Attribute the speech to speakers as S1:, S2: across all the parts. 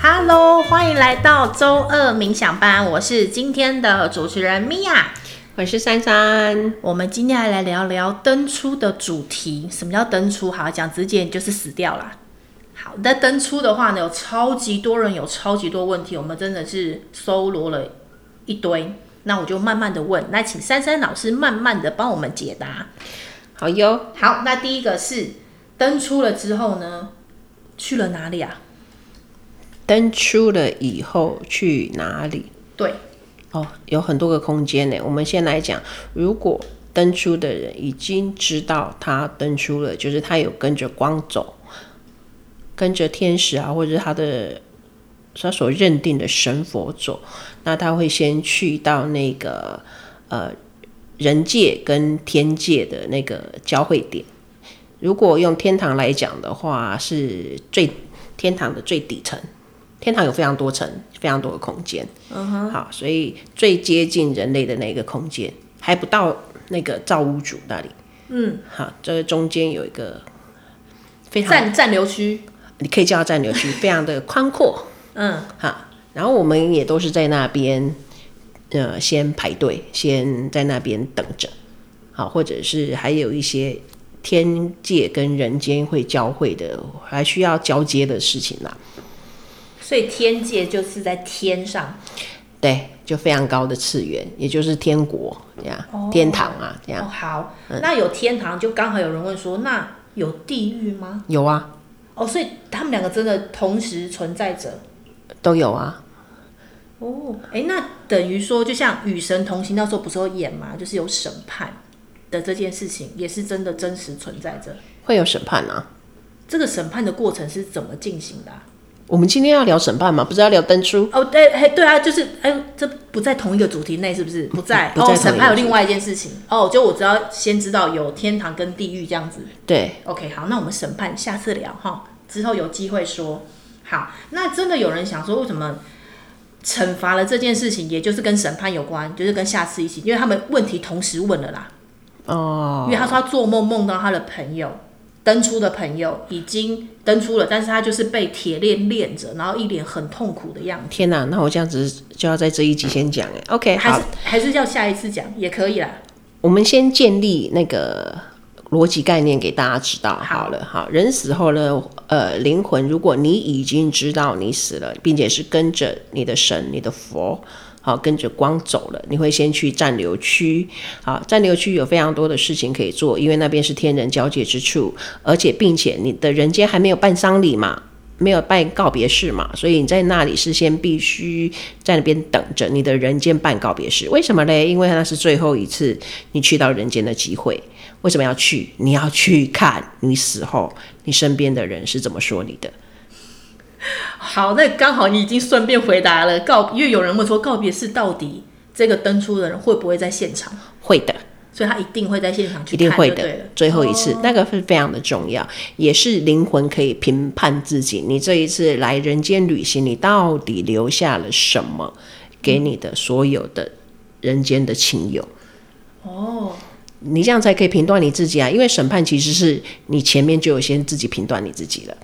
S1: Hello，欢迎来到周二冥想班，我是今天的主持人米娅。
S2: 我是珊珊，
S1: 我们今天来聊聊登出的主题。什么叫登出？好，讲直接就是死掉啦。好，那登出的话呢，有超级多人有超级多问题，我们真的是搜罗了一堆。那我就慢慢的问，那请珊珊老师慢慢的帮我们解答。
S2: 好哟，
S1: 好，那第一个是登出了之后呢，去了哪里啊？
S2: 登出了以后去哪里？
S1: 对，
S2: 哦，有很多个空间呢。我们先来讲，如果登出的人已经知道他登出了，就是他有跟着光走，跟着天使啊，或者是他的他所认定的神佛走，那他会先去到那个呃人界跟天界的那个交汇点。如果用天堂来讲的话，是最天堂的最底层。天堂有非常多层，非常多的空间。好，所以最接近人类的那个空间，还不到那个造物主那里。嗯，好，这个中间有一个非常，
S1: 暂暂留区。
S2: 你可以叫它占留区，非常的宽阔。
S1: 嗯，
S2: 好，然后我们也都是在那边，呃，先排队，先在那边等着。好，或者是还有一些天界跟人间会交汇的，还需要交接的事情啦。
S1: 所以天界就是在天上。
S2: 对，就非常高的次元，也就是天国这样，天堂啊这样。
S1: 哦，好，那有天堂，就刚好有人问说，那有地狱吗？
S2: 有啊，
S1: 哦，所以他们两个真的同时存在着。
S2: 都有啊。
S1: 哦，哎，那等于说，就像与神同行那时候不是有演嘛，就是有审判的这件事情，也是真的真实存在着。
S2: 会有审判啊。
S1: 这个审判的过程是怎么进行的啊、
S2: 我们今天要聊审判嘛，不是要聊登出？
S1: 哦，对，哎，对啊，就是，哎，这不在同一个主题内，是不是？不在。
S2: 不
S1: 哦，
S2: 在同一个
S1: 审判有
S2: 主题
S1: 另外一件事情。哦，就我只要先知道有天堂跟地狱这样子。
S2: 对，
S1: OK，好，那我们审判下次聊哈，之后有机会说。好，那真的有人想说，为什么惩罚了这件事情，也就是跟审判有关，就是跟下次一起，因为他们问题同时问了啦。哦，因为他说他做梦梦到他的朋友登出的朋友已经登出了，但是他就是被铁链链着，然后一脸很痛苦的样子。
S2: 天哪、那我这样子就要在这一集先讲哎。OK，
S1: 还
S2: 好
S1: 是，还是要下一次讲也可以啦。
S2: 我们先建立那个逻辑概念给大家知道
S1: 好
S2: 好了。好，人死后呢，呃，灵魂，如果你已经知道你死了，并且是跟着你的神、你的佛。好，跟着光走了，你会先去暂留区。好，暂留区有非常多的事情可以做，因为那边是天人交界之处，而且并且你的人间还没有办丧礼嘛，没有办告别式嘛，所以你在那里是先必须在那边等着你的人间办告别式。为什么嘞？因为那是最后一次你去到人间的机会。为什么要去？你要去看你死后你身边的人是怎么说你的。
S1: 好，那刚好你已经顺便回答了告，因为有人问说告别式到底这个登出的人会不会在现场，
S2: 会的，
S1: 所以他一定会在现场去
S2: 一定
S1: 看
S2: 会
S1: 就
S2: 的
S1: 对了。，哦
S2: 最后一次、那个是非常的重要，也是灵魂可以评判自己。你这一次来人间旅行，你到底留下了什么给你的所有的人间的亲友？
S1: 哦，
S2: 你这样才可以评断你自己啊，因为审判其实是你前面就有先自己评断你自己了。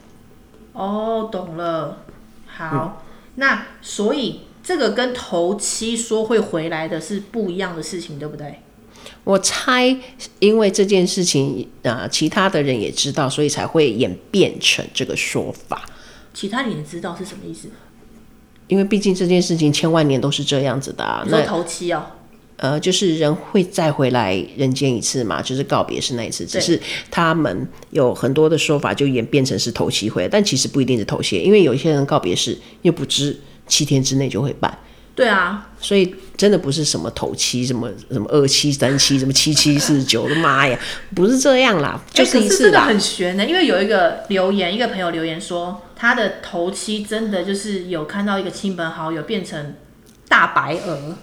S1: 哦，懂了。
S2: 嗯
S1: 好，那所以这个跟头七说会回来的是不一样的事情，对不对？
S2: 我猜，因为这件事情，呃，其他的人也知道，所以才会演变成这个说法。
S1: 其他你也知道是什么意思？
S2: 因为毕竟这件事情千万年都是这样子的啊，
S1: 你说
S2: 那
S1: 头七哦，
S2: 呃，就是人会再回来人间一次嘛，就是告别式那一次，只是他们有很多的说法就演变成是头七回来，但其实不一定是头七，因为有些人告别式又不知七天之内就会办。
S1: 对啊，
S2: 所以真的不是什么头七、什么什么二七、三七、什么七七、四十九，我的妈呀，不是这样啦，就
S1: 哎可是
S2: 一次
S1: 这个
S2: 啦。
S1: 很悬的，因为有一个留言，一个朋友留言说，他的头七真的就是有看到一个亲朋好友变成大白鹅，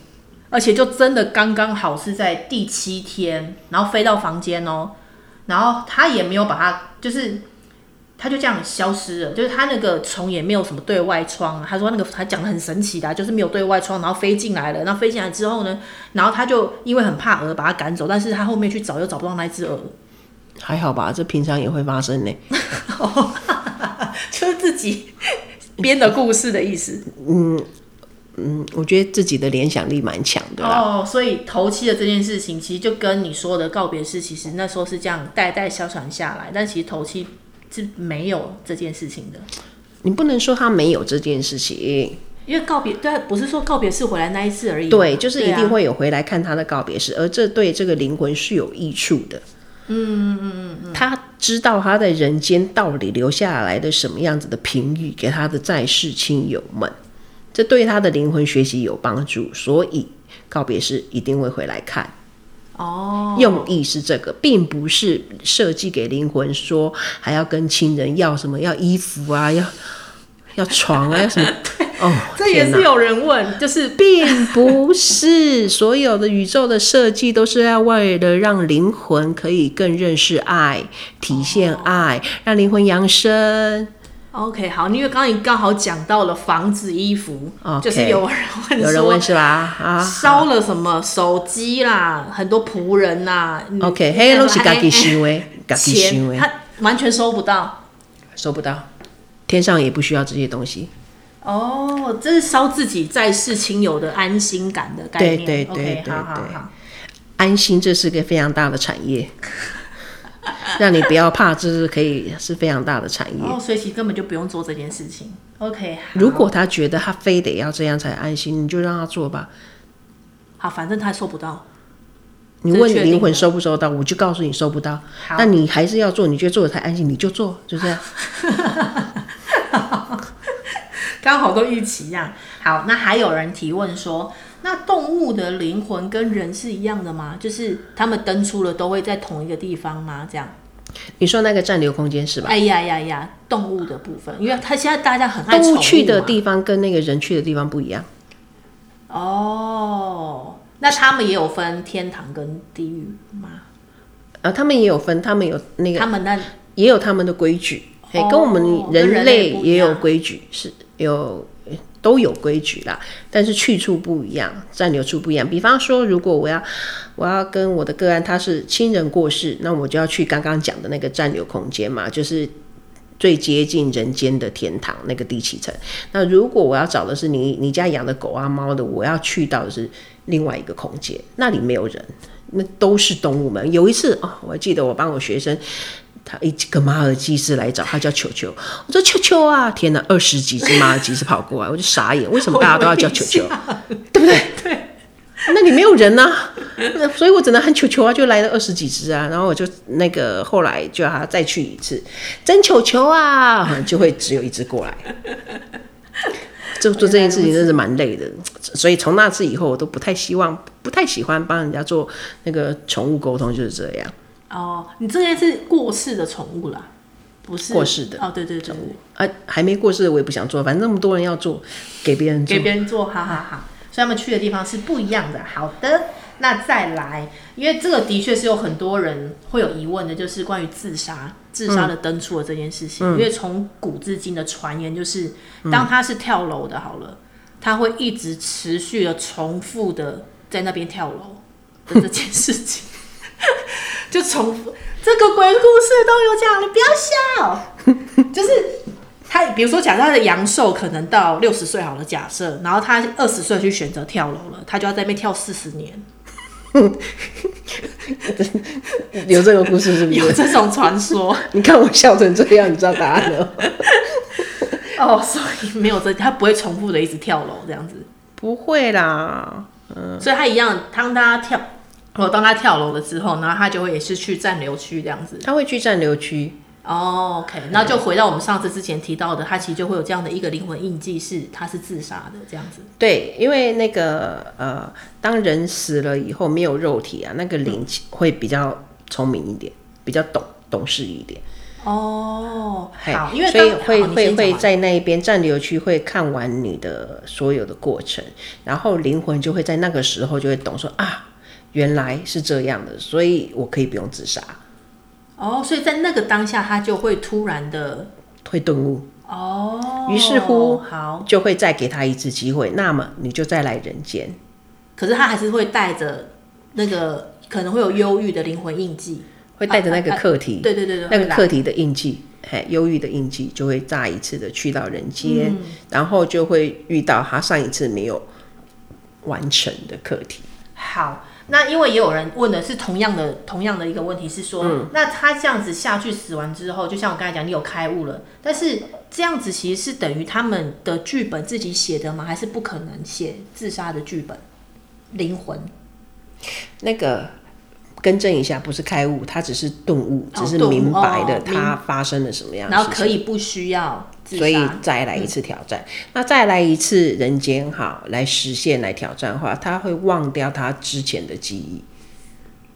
S1: 而且就真的刚刚好是在第七天，然后飞到房间哦，然后他也没有把它，就是他就这样消失了，就是他那个虫也没有什么对外窗啊，他说那个他讲的很神奇的啊、就是没有对外窗，然后飞进来了，然后飞进来之后呢，然后他就因为很怕鹅把它赶走，但是他后面去找又找不到那只鹅。
S2: 还好吧，这平常也会发生呢、
S1: 就是自己编的故事的意思。
S2: 嗯，我觉得自己的联想力蛮强的啦。
S1: 哦，所以头七的这件事情，其实就跟你说的告别式，其实那时候是这样代代相传下来，但其实头七是没有这件事情的，
S2: 你不能说他没有这件事情，
S1: 因为告别对、啊，不是说告别式回来那一次而已嘛。
S2: 对，就是一
S1: 啊
S2: 定会有回来看他的告别式，而这对这个灵魂是有益处的。嗯嗯嗯嗯，他知道他在人间到底留下来的什么样子的评语给他的在世亲友们，这对他的灵魂学习有帮助，所以告别式一定会回来看。
S1: 哦，
S2: 用意是这个，并不是设计给灵魂说还要跟亲人要什么，要衣服啊，要要床啊，要什么。哦，
S1: 这也
S2: 天
S1: 是
S2: 哪
S1: 有人问，就是
S2: 并不是所有的宇宙的设计都是要为了让灵魂可以更认识爱、体现爱，让灵魂扬升。
S1: OK 好，因为刚刚你刚好讲到了房子、衣服
S2: OK
S1: 就是有人问
S2: 有人
S1: 说
S2: 问是吧？啊
S1: 烧了什么手机啦，很多仆人啦嗯
S2: ，OK，黑
S1: 那
S2: 都
S1: 个
S2: 是
S1: 还
S2: 家己行为，家己行
S1: 钱
S2: 为
S1: 他完全收不到。
S2: 收不到，天上也不需要这些东西。
S1: 哦，这是烧自己在世亲友的安心感的概念。
S2: 对对
S1: OK，
S2: 对
S1: 好好
S2: 对
S1: 好。
S2: 安心，这是个非常大的产 业，让你不要怕，这是可以是非常大的产业。
S1: 哦，所以其实根本就不用做这件事情。OK，好
S2: 如果他觉得他非得要这样才安心，你就让他做吧。
S1: 好，反正他收不到。
S2: 你
S1: 这
S2: 问
S1: 确定
S2: 灵魂收不收到，我就告诉你收不到。
S1: 好
S2: 但你还是要做，你觉得做的才安心，你就做，就这样。
S1: 刚好都预期一样。好，那还有人提问说，那动物的灵魂跟人是一样的吗？就是他们登出了都会在同一个地方吗？这样？
S2: 你说那个暂留空间是吧？
S1: 哎呀呀呀，动物的部分，因为他现在大家很爱
S2: 动
S1: 宠啊
S2: 物
S1: 嘛
S2: 去的地方跟那个人去的地方不一样，
S1: 哦，那他们也有分天堂跟地狱吗？
S2: 啊，他们也有分，他们有那个
S1: 他们那
S2: 也有他们的规矩，哎、
S1: 哦
S2: 跟我们
S1: 跟人类
S2: 类
S1: 不一
S2: 也有
S1: 样
S2: 规矩，是有都有规矩啦，但是去处不一样，暂留处不一样。比方说，如果我要我要跟我的个案他是亲人过世，那我就要去刚刚讲的那个暂留空间嘛，就是。最接近人间的天堂那个第七层。那如果我要找的是你你家养的狗啊猫的，我要去到的是另外一个空间，那里没有人，那都是动物们。有一次哦，我还记得我帮我学生他一个马尔济斯来找他叫球球，我说球球啊，天哪，二十几只马尔济斯跑过来，我就傻眼，为什么大家都要叫球球？对不对？对，那里没有人呐、那所以我只能喊球球啊，就来了二十几只啊，然后我就那个后来就要他再去一次，真球球啊，就会只有一只过来。就做这件事情真是蛮累的，所以从那次以后，我都不太希望、不太喜欢帮人家做那个宠物沟通，就是这样。
S1: 哦，你这些是过世的宠物啦，不是
S2: 过世的
S1: 哦，对对对，对
S2: 啊，还没过世的我也不想做，反正那么多人要做，给别人做
S1: 给。别人做，好好好。所以他们去的地方是不一样的。好的，那再来，因为这个的确是有很多人会有疑问的，就是关于自杀、自杀的登出的这件事情。因为从古至今的传言就是，当他是跳楼的，好了，他会一直持续的重复的在那边跳楼的这件事情， 就重复。这个鬼故事都有讲，你不要笑， 就是他比如说，假设他的阳寿可能到六十岁好了，假设，然后他二十岁去选择跳楼了，他就要在那边跳四十年，
S2: 有这个故事是 不
S1: 有
S2: 是？
S1: 这种传说
S2: 你看我笑成这样，你知道答案了吗？
S1: 哦，所以没有这，他不会重复的一直跳楼这样子，
S2: 不会啦，嗯
S1: 所以他一样，当他跳，我当他跳楼了之后，然后他就会也是去暂留区这样子。
S2: 他会去占留区。
S1: 哦、o k 那就回到我们上次之前提到的，他其实就会有这样的一个灵魂印记，是他是自杀的这样子。
S2: 对，因为那个呃，当人死了以后没有肉体啊，那个
S1: 嗯
S2: 灵会比较聪明一点，比较懂懂事一点。
S1: 哦、
S2: 嘿
S1: 好，因为
S2: 所以
S1: 当
S2: 会
S1: 好你
S2: 会
S1: 先讲
S2: 会
S1: 完
S2: 在那一边暂留区会看完你的所有的过程，然后灵魂就会在那个时候就会懂说啊，原来是这样的，所以我可以不用自杀，
S1: 哦，所以在那个当下，他就会突然的
S2: 会顿悟，
S1: 哦，
S2: 于是乎
S1: 好，
S2: 就会再给他一次机会，那么你就再来人间。
S1: 可是他还是会带着那个可能会有忧郁的灵魂印记，
S2: 会带着那个课题，
S1: 对对对对，
S2: 那
S1: 会
S2: 个
S1: 来
S2: 课题的印记，哎，忧郁的印记就会再一次的去到人间，
S1: 嗯
S2: 然后就会遇到他上一次没有完成的课题。
S1: 好，那因为也有人问的是同样的同样的一个问题，是说，
S2: 嗯
S1: 那他这样子下去死完之后，就像我刚才讲，你有开悟了，但是这样子其实是等于他们的剧本自己写的吗？还是不可能写自杀的剧本？灵魂
S2: 那个更正一下，不是开悟，他只是顿悟，
S1: 哦
S2: 只是
S1: 顿悟
S2: 明白了
S1: 哦
S2: 他发生了什么样的
S1: 然
S2: 事
S1: 后
S2: 情。
S1: 可以不需要自
S2: 所以
S1: 杀，
S2: 再来一次挑战，那再来一次人间好来实现来挑战的话，他会忘掉他之前的记忆，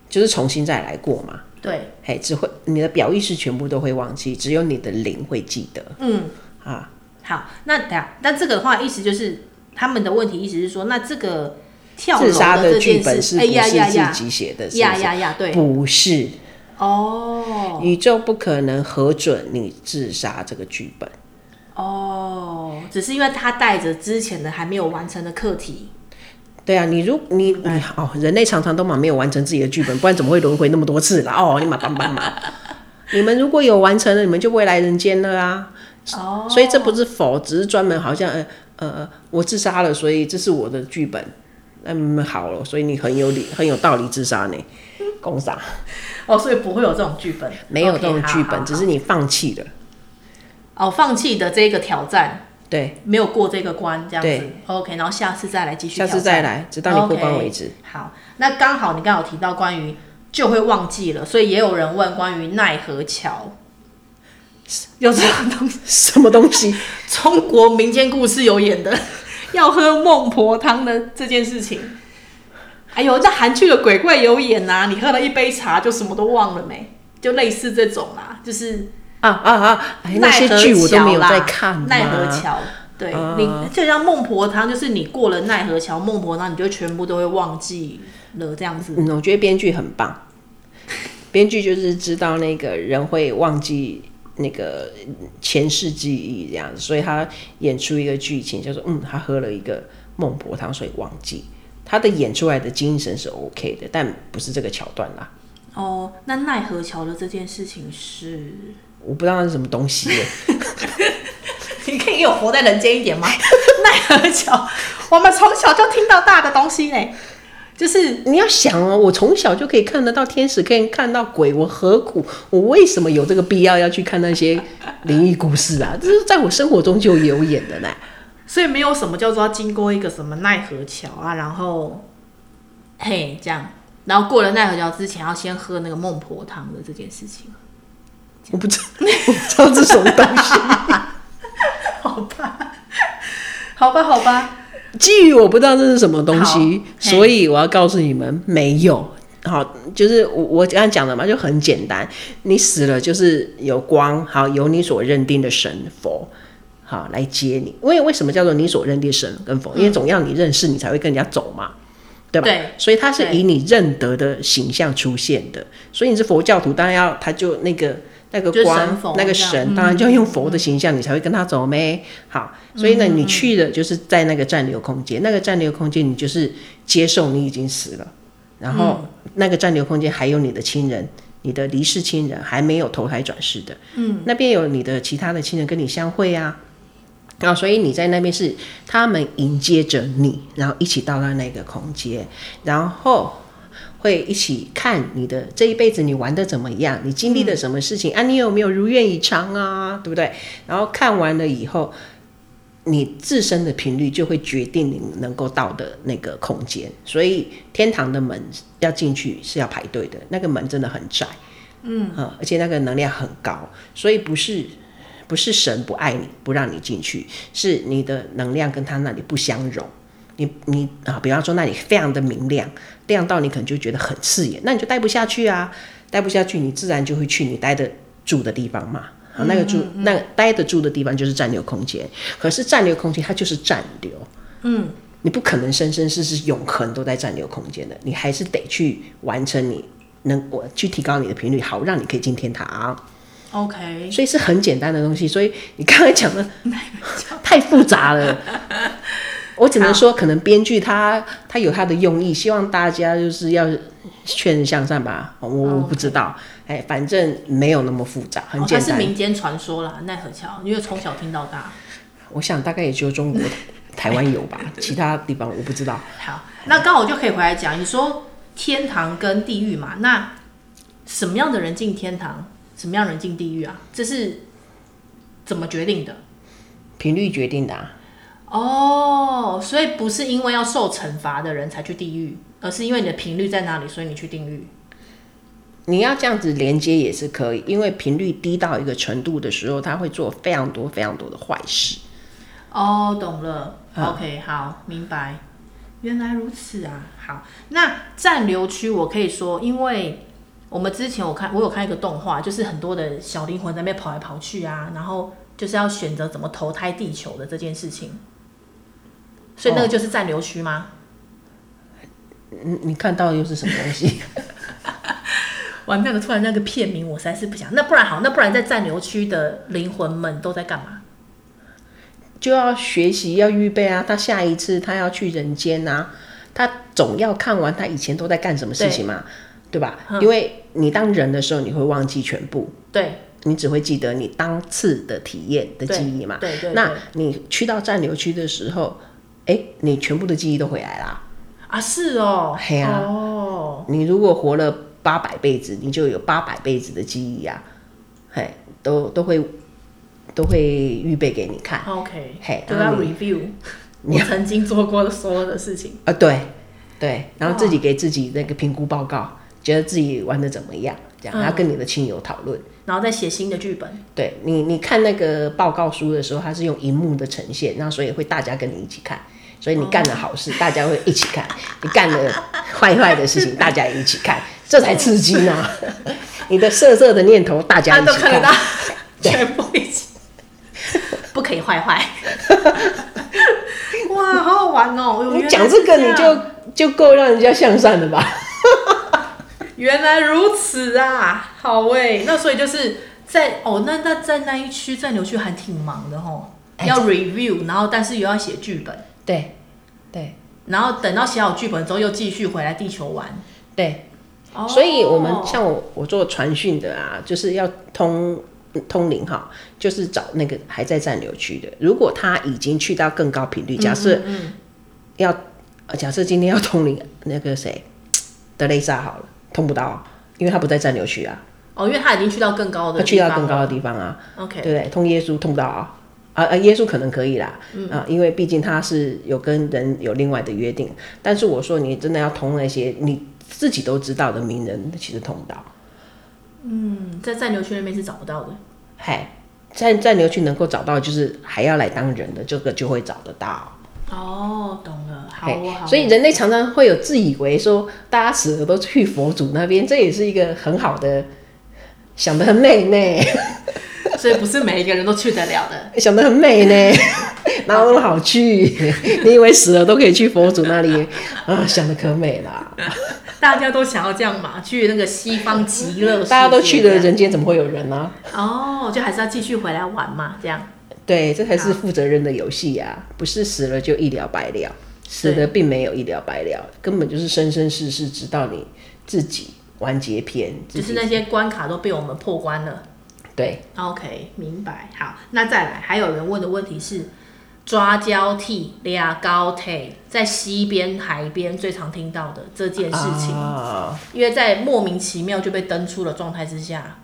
S2: 就是重新再来过嘛。
S1: 对，
S2: 嘿，只会你的表意识全部都会忘记，只有你的灵会记得。
S1: 嗯，
S2: 啊，
S1: 好，那等下，那这个的话，意思就是他们的问题，意思是说，那这个跳楼
S2: 自杀
S1: 这
S2: 剧
S1: 件
S2: 本
S1: 事，
S2: 是
S1: 哎
S2: 不
S1: 呀呀
S2: 是
S1: 呀
S2: 自己写的？是
S1: 呀
S2: 不是
S1: 呀呀，对，
S2: 不是，
S1: 哦
S2: 宇宙不可能核准你自杀这个剧本。
S1: 哦，只是因为他带着之前的还没有完成的课题，
S2: 对啊，你如你你
S1: 哎
S2: 哦，人类常常都嘛没有完成自己的剧本，不然怎么会轮回那么多次啦？哦，你嘛帮 帮忙。你们如果有完成了，你们就不会来人间了啊。
S1: 哦，
S2: 所以这不是否，只是专门好像呃呃，我自杀了，所以这是我的剧本。嗯，好了，所以你很有理，很有道理自 杀呢，共杀
S1: 哦，所以不会有这种剧本，
S2: 没有
S1: OK，
S2: 这种
S1: 好
S2: 剧
S1: 好
S2: 本，
S1: 好
S2: 只是你放弃了。
S1: 哦，放弃的这个挑战
S2: 对，
S1: 没有过这个关，这样子
S2: 对
S1: ，OK，然后下次再来继续挑
S2: 下
S1: 战，
S2: 次再来，直到你过关
S1: OK
S2: 为止。
S1: 好，那刚好你刚好提到关于就会忘记了，所以也有人问关于奈何桥，有这种东西，
S2: 什么 东西？
S1: 中国民间故事有演的，要喝孟婆汤的这件事情。哎呦，那韩剧的鬼怪有演呐、你喝了一杯茶就什么都忘了没？就类似这种啦、就是
S2: 啊啊啊！哎，那
S1: 奈
S2: 些
S1: 何
S2: 剧我都没
S1: 桥
S2: 有
S1: 啦，
S2: 在看嘛。
S1: 奈何桥。对、
S2: 啊
S1: 你就像孟婆汤，就是你过了奈何桥、孟婆汤，你就全部都会忘记了这样子。
S2: 嗯，我觉得编剧很棒。编剧就是知道那个人会忘记那个前世记忆这样子，所以他演出一个剧情，就是嗯，他喝了一个孟婆汤，所以忘记。他的演出来的精神是 OK 的，但不是这个桥段啦。
S1: 哦，那奈何桥的这件事情是，
S2: 我不知道那是什么东西耶
S1: 你可以有活在人间一点吗？ 奈何桥， 我们从小就听到大的东西嘞，就是
S2: 你要想哦，我从小就可以看得到天使，可以看到鬼，我何苦？我为什么有这个必要要去看那些灵异故事啊？这是在我生活中就有演的呢。
S1: 所以没有什么叫做要经过一个什么奈何桥啊，然后嘿这样，然后过了奈何桥之前要先喝那个孟婆汤的这件事情，
S2: 我不知 我不知道这什么东 西。
S1: 好吧，好吧，好吧，
S2: 基于我不知道这是什么东西，
S1: 好嘿
S2: 所以我要告诉你们，没有。好，就是我我刚才讲的嘛，就很简单。你死了就是有光，好，有你所认定的神佛，好来接你。因为为什么叫做你所认定神跟佛？因为总要你认识，你才会跟人家走嘛，对吧？
S1: 嗯对
S2: 所以他是
S1: 对
S2: 以你认得的形象出现的。所以你是佛教徒，当然要他就那个那个
S1: 就是神
S2: 光
S1: 佛
S2: 那个
S1: 这样
S2: 神，当然就要用佛的形象，你才会跟他走咩。好，
S1: 嗯
S2: 所以呢，你去的就是在那个暂留空间，那个暂留空间你就是接受你已经死了，然后
S1: 嗯
S2: 那个暂留空间还有你的亲人。你的离世亲人还没有投胎转世的，嗯，那边有你的其他的亲人跟你相会啊，啊，所以你在那边是他们迎接着你，然后一起到了那个空间，然后会一起看你的这一辈子你玩的怎么样，你经历了什么事情、啊，你有没有如愿以偿啊，对不对？然后看完了以后，你自身的频率就会决定你能够到的那个空间，所以天堂的门要进去是要排队的，那个门真的很窄，嗯、啊，而且那个能量很高，所以不是。不是神不爱你，不让你进去，是你的能量跟他那里不相容。你你啊，比方说那里非常的明亮，亮到你可能就觉得很刺眼，那你就待不下去啊，待不下去，你自然就会去你待的住的地方嘛。啊，那个住、那个待得住的地方就是暂留空间，可是暂留空间它就是暂留，嗯，你不可能生生世世永恒都在暂留空间的，你还是得去完成你能我去提高你的频率，好让你可以进天堂，
S1: ，OK，
S2: 所以是很简单的东西。所以你刚才 讲的太复杂了。我只能说，可能编剧他他有他的用意，希望大家就是要劝人向善吧。我我不知道，哎，反正没有那么复杂，很
S1: 哦
S2: 简
S1: 它是
S2: 单。
S1: 民间传说啦，奈何桥，因为从小听到大。
S2: 我想大概也只有中国台湾有 吧，其他地方我不知道。
S1: 好，那刚好就可以回来讲，你说天堂跟地狱嘛，那什么样的人进天堂，什么样的人进地狱啊？这是怎么决定的？
S2: 频率决定的、啊，
S1: 哦，所以不是因为要受惩罚的人才去地狱，而是因为你的频率在哪里，所以你去地狱。
S2: 你要这样子连接也是可以，因为频率低到一个程度的时候，他会做非常多非常多的坏事。
S1: 哦，懂了。OK，好，
S2: 啊
S1: 明白。原来如此啊。好，那暂留区，我可以说，因为我们之前我看我有看一个动画，就是很多的小灵魂在那边跑来跑去啊，然后就是要选择怎么投胎地球的这件事情。所
S2: 哦
S1: 以那个就是暂留区吗？
S2: 嗯，你看到的又是什么东西？
S1: 完蛋了！突然那个片名我实在是不想。那不然好，那不然在暂留区的灵魂们都在干嘛？
S2: 就要学习，要预备啊！他下一次他要去人间啊，他总要看完他以前都在干什么事情嘛，对吧？
S1: 嗯
S2: 因为你当人的时候，你会忘记全部，
S1: 对
S2: 你只会记得你当次的体验的
S1: 对
S2: 记忆嘛。
S1: 对对
S2: 那
S1: 对
S2: 你去到暂留区的时候，哎、你全部的记忆都回来啦。
S1: 啊，是哦，
S2: 嘿啊
S1: 哦，
S2: 你如果活了八百辈子，你就有八百辈子的记忆啊，嘿，都都会都会预备给你看
S1: 啊 OK，
S2: 嘿嗯
S1: 都要
S2: 然后
S1: review 我曾经做过的所有的事情。
S2: 啊，对对，然后
S1: 哇
S2: 自己给自己那个评估报告，觉得自己玩的怎么样，这样，
S1: 嗯
S2: 然后跟你的亲友讨论。
S1: 然后再写新的剧本，
S2: 对你，你看那个报告书的时候，它是用荧幕的呈现，那所以会大家跟你一起看，所以你干
S1: 哦
S2: 了好事，大家会一起看；你干了坏坏的事情，大家也一起看，这才刺激呢。 你的色色的念头，大
S1: 大
S2: 家一
S1: 家都
S2: 起
S1: 看得到
S2: 看。，
S1: 全部一 起，不可以坏坏。哇，好好玩哦！
S2: 你
S1: 原来
S2: 讲
S1: 是
S2: 这个，你
S1: 样
S2: 就就够让人家向善了吧？
S1: 原来如此啊！好喂、那所以就是在哦，那那在那一区在牛区还挺忙的哦，
S2: 哎
S1: 要 review，然后但是又要写剧本，
S2: 对，对，
S1: 然后等到写好剧本之后又继续回来地球玩。
S2: 对。
S1: 哦
S2: 所以我们像我我做传讯的啊，就是要通通灵哈，就是找那个还在暂留区的。如果他已经去到更高
S1: 嗯
S2: 频率，假设要、呃假设今天要通灵那个谁德雷莎好了，通不到啊，因为他不在暂留区啊，
S1: 哦，因为他已经去到更高哦的
S2: 他
S1: 地
S2: 去
S1: 方
S2: 到
S1: 了，
S2: 更高的地方啊，
S1: OK，
S2: 对不对？通耶稣通不到啊。啊啊，耶稣可能可以啦，
S1: 嗯
S2: 啊，因为毕竟他是有跟人有另外的约定。但是我说，你真的要通那些你自己都知道的名人，其实通不到。
S1: 嗯，在暂留区那边是找不到的。
S2: 嗨，在在牛区能够找到，就是还要来当人的，这个就会找得到。
S1: 哦，懂了，好
S2: 嘿
S1: 哦，好哦。
S2: 所以人类常常会有自以为说，大家死了都去佛祖那边，这也是一个很好的，想得很美呢，
S1: 所以不是每一个人都去得了的。
S2: 想得很美呢，哪有那么好去？ 你以为死了都可以去佛祖那里啊？想的可美啦！
S1: 大家都想要这样嘛，去那个西方极乐世界，
S2: 大家都去了人间，怎么会有人呢、啊？
S1: 哦，就还是要继续回来玩嘛，这样
S2: 对，这才是负责任的游戏呀、不是死了就一了百了，死了并没有一了百了，根本就是生生世世，直到你自己完结篇，自
S1: 就是
S2: 己
S1: 那些关卡都被我们破关了。
S2: 对
S1: OK，明白。好，那再来，还有人问的问题是：抓交替、俩高腿，在西边海边最常听到的这件事情，
S2: 啊
S1: 因为在莫名其妙就被登出的状态之下，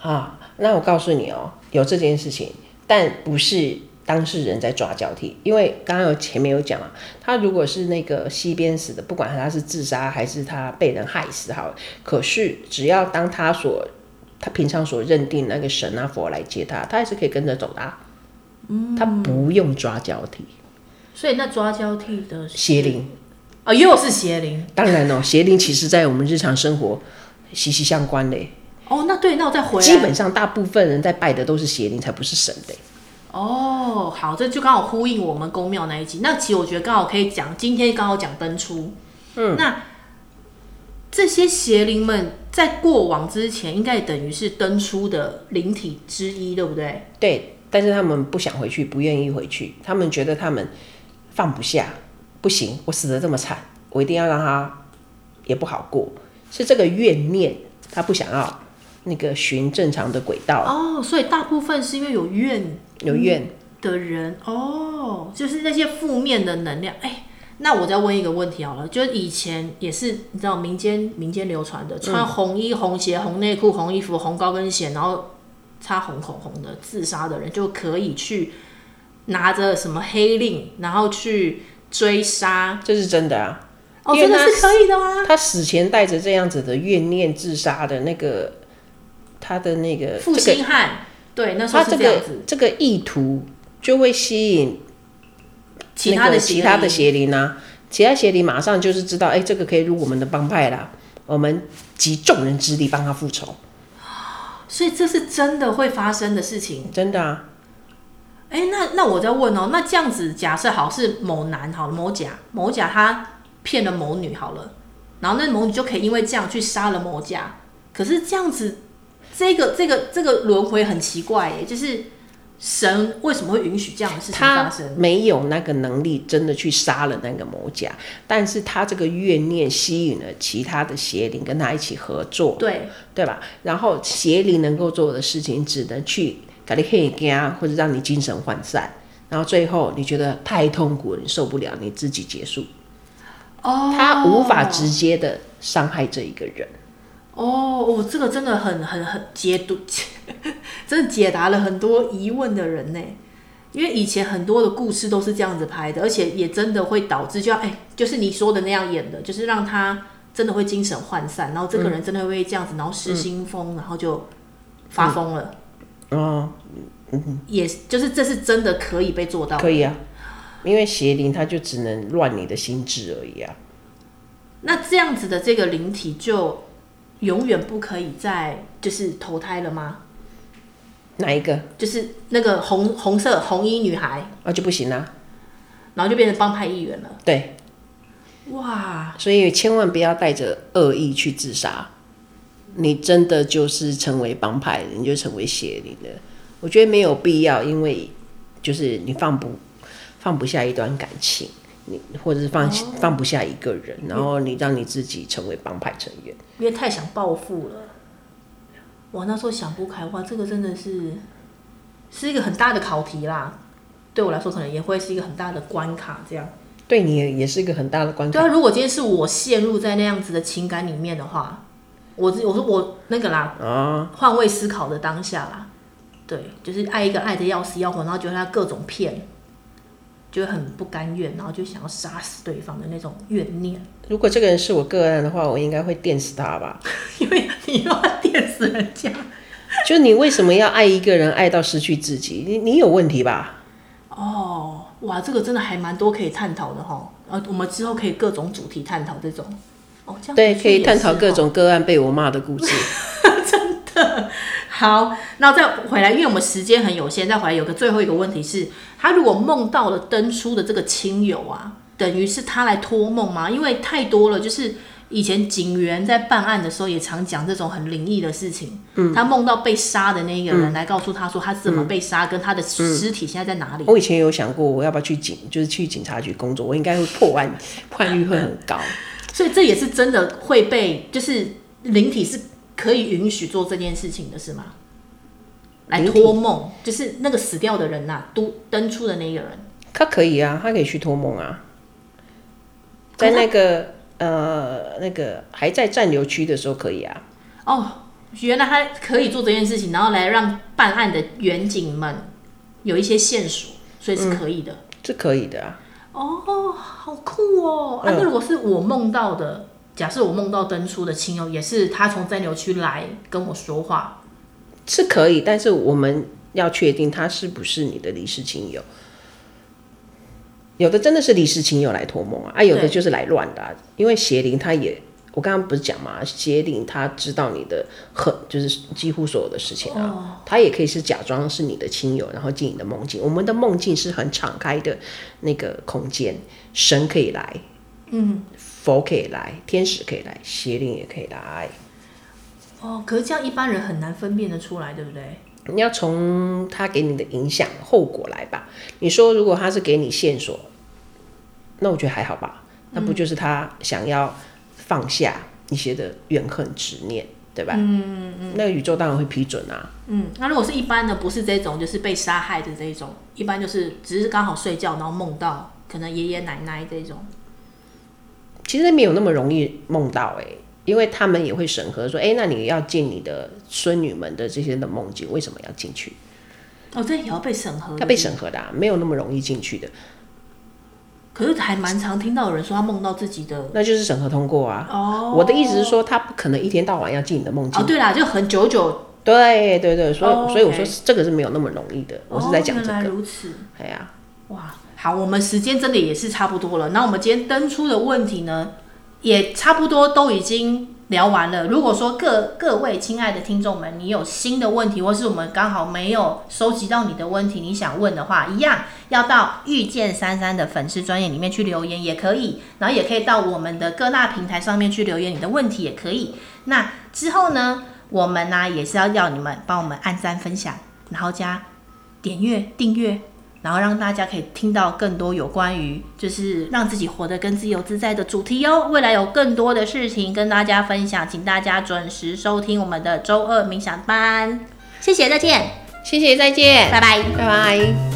S2: 啊！那我告诉你哦，有这件事情，但不是当事人在抓交替，因为刚刚有前面有讲啊，他如果是那个西边死的，不管他是自杀还是他被人害死好了，可是只要当他所他平常所认定那个神啊佛来接他，他还是可以跟着走的、啊。他不用抓交替，
S1: 所以那抓交替的是
S2: 邪灵
S1: 哦，又是邪灵
S2: 当然哦，邪灵其实在我们日常生活息息相关嘞。
S1: 哦。那对，那我再回来。
S2: 基本上大部分人在拜的都是邪灵，才不是神的。
S1: 哦，好，这就刚好呼应我们公庙那一集。那其实我觉得刚好可以讲，今天刚好讲登出。嗯，那这些邪灵们在过往之前，应该等于是登出的灵体之一，对不对？
S2: 对，但是他们不想回去，不愿意回去，他们觉得他们放不下，不行，我死的这么惨，我一定要让他也不好过，是这个怨念，他不想要那个循正常的轨道，
S1: 哦，所以大部分是因为有怨
S2: 有怨。
S1: 的人哦，就是那些负面的能量。哎，那我再问一个问题好了，就是以前也是你知道民间民间流
S2: 嗯
S1: 传的，穿红衣、红鞋、红内裤、红衣服、红高跟鞋，然后擦红口红的自杀的人，就可以去拿着什么黑令，然后去追杀。
S2: 这是真的啊！
S1: 哦，
S2: 因为
S1: 真的
S2: 他
S1: 是可以的吗？
S2: 他死前带着这样子的怨念自杀的那个，他的那个
S1: 负
S2: 这个
S1: 心汉，对，那时候
S2: 他
S1: 是
S2: 这
S1: 这样
S2: 个
S1: 子。
S2: 这个意图就会吸引
S1: 其
S2: 那
S1: 他
S2: 个
S1: 的
S2: 其他的
S1: 灵
S2: 邪灵啊，其他邪灵马上就是知道，哎、这个可以入我们的帮派啦，我们集众人之力帮他复仇，
S1: 所以这是真的会发生的事情。
S2: 真的啊，
S1: 哎、那那我在问哦，那这样子假设好是某男好了，某甲某甲他骗了某女好了，然后那某女就可以因为这样去杀了某甲，可是这样子这个这个这个轮回很奇怪耶，就是神为什么会允许这样的事情发
S2: 他
S1: 生？
S2: 没有那个能力真的去杀了那个魔甲，但是他这个怨念吸引了其他的邪灵跟他一起合作，
S1: 对，
S2: 对吧？然后邪灵能够做的事情，只能去给你黑干，或者让你精神涣散。然后最后你觉得太痛苦了，你受不了，你自己结束。
S1: 哦，
S2: 他无法直接的伤害这一个人，
S1: 哦，哦，这个真的很很很解读， 真的解答了很多疑问的人呢。因为以前很多的故事都是这样子拍的，而且也真的会导致就像哎，就是你说的那样演的，就是让他真的会精神涣散，然后这个人真的会这样子，然后失心
S2: 嗯
S1: 疯，然后就发疯了。
S2: 啊
S1: 哦，也就是这是真的可以被做到的。
S2: 可以啊，因为邪灵他就只能乱你的心智而已啊。
S1: 那这样子的这个灵体就永远不可以再就是投胎了吗？
S2: 哪一个
S1: 就是那个红红色红衣女孩，
S2: 啊就不行啦、
S1: 然后就变成帮派议员了。
S2: 对，
S1: 哇，
S2: 所以千万不要带着恶意去自杀，你真的就是成为帮派的，你就成为邪灵的。我觉得没有必要，因为就是你放不放不下一段感情，你或者是放、放不下一个人，然后你让你自己成为帮派成员。
S1: 因为太想暴富了。我那时候想不开，哇，这个真的是是一个很大的考题啦。对我来说，可能也会是一个很大的关卡。这样，
S2: 对你也也是一个很大的关
S1: 对
S2: 卡。
S1: 啊，如果今天是我陷入在那样子的情感里面的话，我自我说我那个啦，
S2: 啊，
S1: 换位思考的当下啦，对，就是爱一个爱的要死要活，然后觉得他各种骗，就会很不甘愿，然后就想要杀死对方的那种怨念。
S2: 如果这个人是我个案的话，我应该会电死他吧？
S1: 因为你要电死人家。
S2: 就你为什么要爱一个人爱到失去自己？你你有问题吧？
S1: 哦，哇，这个真的还蛮多可以探讨的哈。呃，我们之后可以各种主题探讨这种。哦，这样
S2: 对，
S1: 子
S2: 可以
S1: 也
S2: 探
S1: 是
S2: 讨各
S1: 齁。
S2: 种个案被我骂的故事。
S1: 好，那再回来，因为我们时间很有限，再回来有个最后一个问题是，他如果梦到了登出的这个亲友啊，等于是他来托梦吗？因为太多了，就是。以前警员在办案的时候也常讲这种很灵异的事情，嗯、他梦到被杀的那个
S2: 嗯
S1: 人来告诉他说他怎么被杀，跟他的尸体现在在哪里。
S2: 我以前有想过，我要不要去警，就是去警察局工作，我应该会破案，破案率会很高。
S1: 所以这也是真的会被，就是灵体是可以允许做这件事情的，是吗？来
S2: 灵体
S1: 托梦，就是那个死掉的人呐、啊都登出的那一个人，
S2: 他可以啊，他可以去托梦啊，在那个呃那个还在占留区的时候可以啊。
S1: 哦，原来他可以做这件事情，然后来让办案的员警们有一些线索，所以是可以的。
S2: 这可以的啊，
S1: 哦，嗯好酷哦！啊，那如果是我梦到的，假设我梦到登出的亲友，也是他从暂留区来跟我说话，
S2: 是可以，但是我们要确定他是不是你的离世亲友。有的真的是离世亲友来托梦啊，啊，有的
S1: 对
S2: 就是来乱的、啊，因为邪灵他也，我刚刚不是讲嘛，邪灵他知道你的很，就是几乎所有的事情啊，他也可以是假装是你的亲友，然后进你的梦境。我们的梦境是很敞开的那个空间，神可以来，嗯，佛可以来，天使可以来，邪灵也可以来。
S1: 哦，可是这样一般人很难分辨得出来，对不对？
S2: 你要从他给你的影响后果来吧。你说如果他是给你线索，那我觉得还好吧，那不就是他想要放下一些的怨恨执念？对吧？嗯嗯嗯，那个宇宙当然会批准啊。
S1: 嗯，那如果是一般的，不是这种，就是被杀害的这一种，一般就是只是刚好睡觉，然后梦到可能爷爷奶奶这种。
S2: 其实没有那么容易梦到哎、因为他们也会审核说，哎、那你要进你的孙女们的这些的梦境，为什么要进去？
S1: 哦，这也要被审核。
S2: 要被。审核的、啊，没有那么容易进去的，
S1: 可是还蛮常听到有人说他梦到自己的
S2: 那就是审核通过啊。
S1: 哦。
S2: 我的意思是说，他不可能一天到晚要进你的梦境
S1: 哦，对啦，就很久久。
S2: 对对对，所以、
S1: 哦
S2: 所以我
S1: OK
S2: 说这个是没有那么容易的，我是在讲这
S1: 哦、原来
S2: 个。
S1: 如此。
S2: 哎呀、
S1: 哇，好，我们时间真的也是差不多了。那我们今天登出的问题呢，也差不多都已经聊完了。如果说各各位亲爱的听众们，你有新的问题，或是我们刚好没有收集到你的问题，你想问的话，一样要到遇见珊珊的粉丝专业里面去留言也可以，然后也可以到我们的各大平台上面去留言你的问题也可以。那之后呢，我们呢、也是要要你们帮我们按赞分享，然后加点阅订阅，然后让大家可以听到更多有关于就是让自己活得更自由自在的主题哦。未来有更多的事情跟大家分享，请大家准时收听我们的周二冥想班。谢谢，再见，
S2: 谢谢，再见，
S1: 拜拜。
S2: 拜拜